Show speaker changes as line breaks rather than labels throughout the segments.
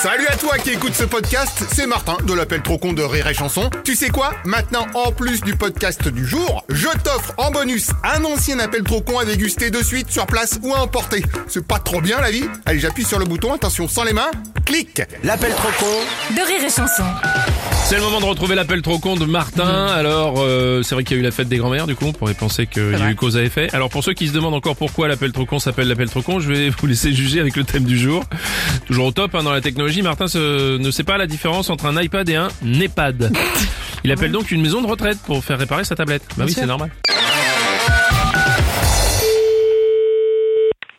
Salut à toi qui écoute ce podcast, c'est Martin de l'appel trop con de Rire et Chanson. Tu sais quoi Maintenant, en plus du podcast du jour, je t'offre en bonus un ancien appel trop con à déguster de suite sur place ou à emporter. C'est pas trop bien la vie Allez, j'appuie sur le bouton, attention, sans les mains, clique
L'appel trop con
de rire et chanson.
C'est le moment de retrouver l'appel trop con de Martin. Alors, euh, c'est vrai qu'il y a eu la fête des grands-mères, du coup, on pourrait penser qu'il y a eu cause à effet. Alors, pour ceux qui se demandent encore pourquoi l'appel trop con s'appelle l'appel trop con, je vais vous laisser juger avec le thème du jour. Toujours au top hein, dans la technologie, Martin se- ne sait pas la différence entre un iPad et un EHPAD. Il appelle donc une maison de retraite pour faire réparer sa tablette. Bah oui, c'est normal.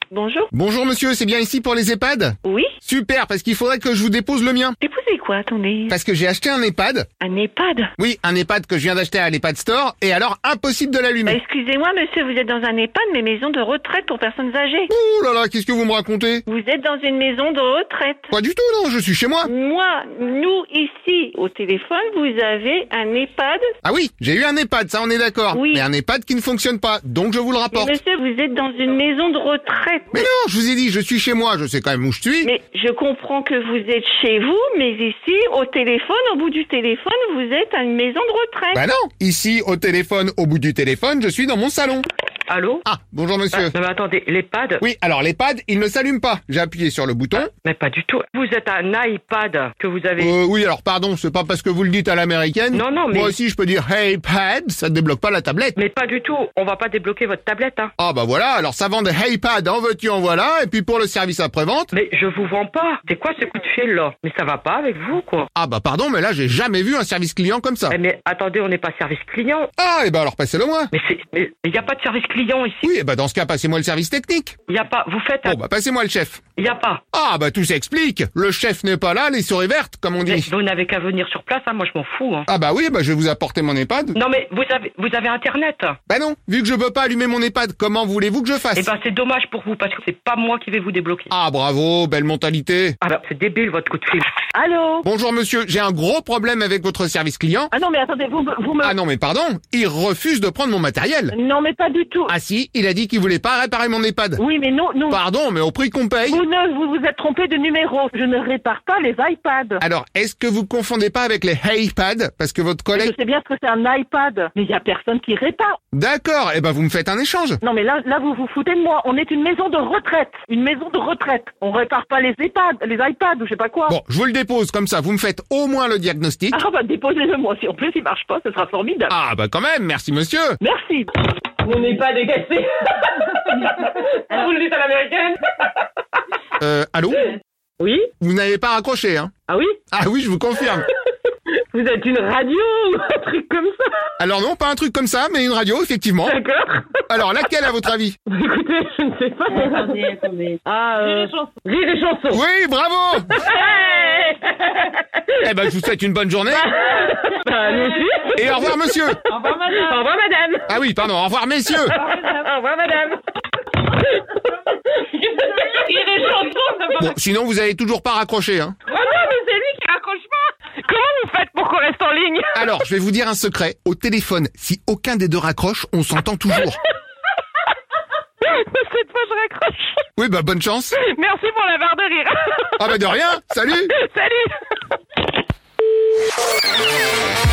Bonjour.
Bonjour monsieur, c'est bien ici pour les EHPAD
Oui.
Super, parce qu'il faudrait que je vous dépose le mien.
Déposez quoi, attendez
Parce que j'ai acheté un EHPAD.
Un EHPAD
Oui, un EHPAD que je viens d'acheter à l'EHPAD Store, et alors impossible de
Bah,
l'allumer.
Excusez-moi, monsieur, vous êtes dans un EHPAD, mais maison de retraite pour personnes âgées.
Ouh là là, qu'est-ce que vous me racontez
Vous êtes dans une maison de retraite.
Pas du tout, non, je suis chez moi.
Moi, nous, ici, au téléphone, vous avez un EHPAD.
Ah oui, j'ai eu un EHPAD, ça on est d'accord.
Oui.
Mais un EHPAD qui ne fonctionne pas, donc je vous le
Mais
rapporte.
monsieur, vous êtes dans une maison de retraite.
Mais non, je vous ai dit, je suis chez moi, je sais quand même où je suis.
Mais je comprends que vous êtes chez vous, mais ici, au téléphone, au bout du téléphone, vous êtes à une maison de retraite.
Bah non, ici, au téléphone, au bout du téléphone, je suis dans mon salon.
Allô
Ah, bonjour
Ah,
monsieur.
Non mais attendez, l'EHPAD
Oui, alors l'EHPAD, il ne s'allume pas. J'ai appuyé sur le bouton.
Mais pas du tout. Vous êtes un iPad que vous avez...
Euh, oui, alors pardon, c'est pas parce que vous le dites à l'américaine.
Non, non, mais-
Moi aussi, je peux dire Hey Pad, ça ne débloque pas la tablette.
Mais pas du tout. On va pas débloquer votre tablette, hein.
Ah bah voilà, alors ça vend des Hey Pad, en veux-tu, en voilà, et puis pour le service après-vente...
Mais je vous vends pas. C'est quoi ce coup de fil là Mais ça va pas avec vous, quoi.
Ah bah pardon, mais là, j'ai jamais vu un service client comme ça.
Eh, Mais attendez, on n'est pas service client.
Ah, et bah alors passez-le moi.
Mais c'est, mais il n'y a pas de service client ici.
Oui, et bah dans ce cas, passez-moi le service technique.
Il y a pas. Vous faites.
Bon
un-
bah passez-moi le chef.
Il y a pas.
Ah bah tout s'explique, le chef n'est pas là, les souris vertes, comme on
Mais
dit.
vous n'avez qu'à venir sur place. Hein. Moi, je m'en fous. Hein.
Ah bah oui, bah je vais vous apporter mon EHPAD.
Mm.
Non mais vous avez vous avez internet.
Bah non, vu que je peux pas allumer mon EHPAD, comment voulez-vous que je fasse
Eh ben c'est dommage pour vous parce que c'est pas moi qui vais vous débloquer.
Ah bravo, belle mentalité.
Ah ben, c'est débile votre coup de fil.
Allô
Bonjour monsieur, j'ai un gros problème avec votre service client.
Ah non, mais attendez, vous, vous me...
Ah non mais pardon, il refuse de prendre mon matériel.
non, mais pas du tout.
Ah Bah, si, il a dit qu'il voulait pas réparer mon EHPAD.
Oui, mais non, non.
Pardon, mais au prix qu'on paye.
Vous ne, vous vous êtes trompé de numéro. Je ne répare pas les iPads.
Alors, est-ce que vous confondez pas avec les iPads Parce que votre
Je
collègue...
sais bien ce que c'est un iPad, mais il y a personne qui répare.
D'accord, eh ben vous me faites un échange.
Non, mais là, là, vous vous foutez de moi. On est une maison de retraite. Une maison de retraite. On répare pas les iPads, les iPads ou je sais pas quoi.
Bon, je vous le dépose comme ça, vous me faites au moins le diagnostic.
Ah bah déposez-le moi. Si en plus il marche pas, ce sera formidable.
Ah bah quand même, merci monsieur.
Merci.
On n'est pas dégagé. vous le dites à l'américaine.
Euh, allô
Oui
Vous n'avez pas raccroché, hein
Ah oui
Ah oui, je vous confirme.
Vous êtes une radio ou un truc comme ça
Alors non, pas un truc comme ça, mais une radio, effectivement.
D'accord
Alors laquelle, à votre avis
Écoutez, je ne sais pas. Attendez, attendez. Ah, euh... Rire et chanson.
Oui, bravo Eh ben, je vous souhaite une bonne journée.
Bah, nous aussi.
Et au revoir, monsieur.
Au revoir, madame.
Ah oui, pardon, au revoir, messieurs.
Au revoir, madame.
Il est chanson.
Bon, sinon, vous avez toujours pas raccroché, hein
Ah
Oh non, mais c'est lui qui raccroche pas. Comment vous faites pour qu'on reste en ligne
Alors, je vais vous dire un secret. Au téléphone, si aucun des deux raccroche, on s'entend toujours.
Cette fois, je raccroche.
Oui, bah bonne chance.
Merci pour la barre de rire.
Ah bah de rien, salut
Salut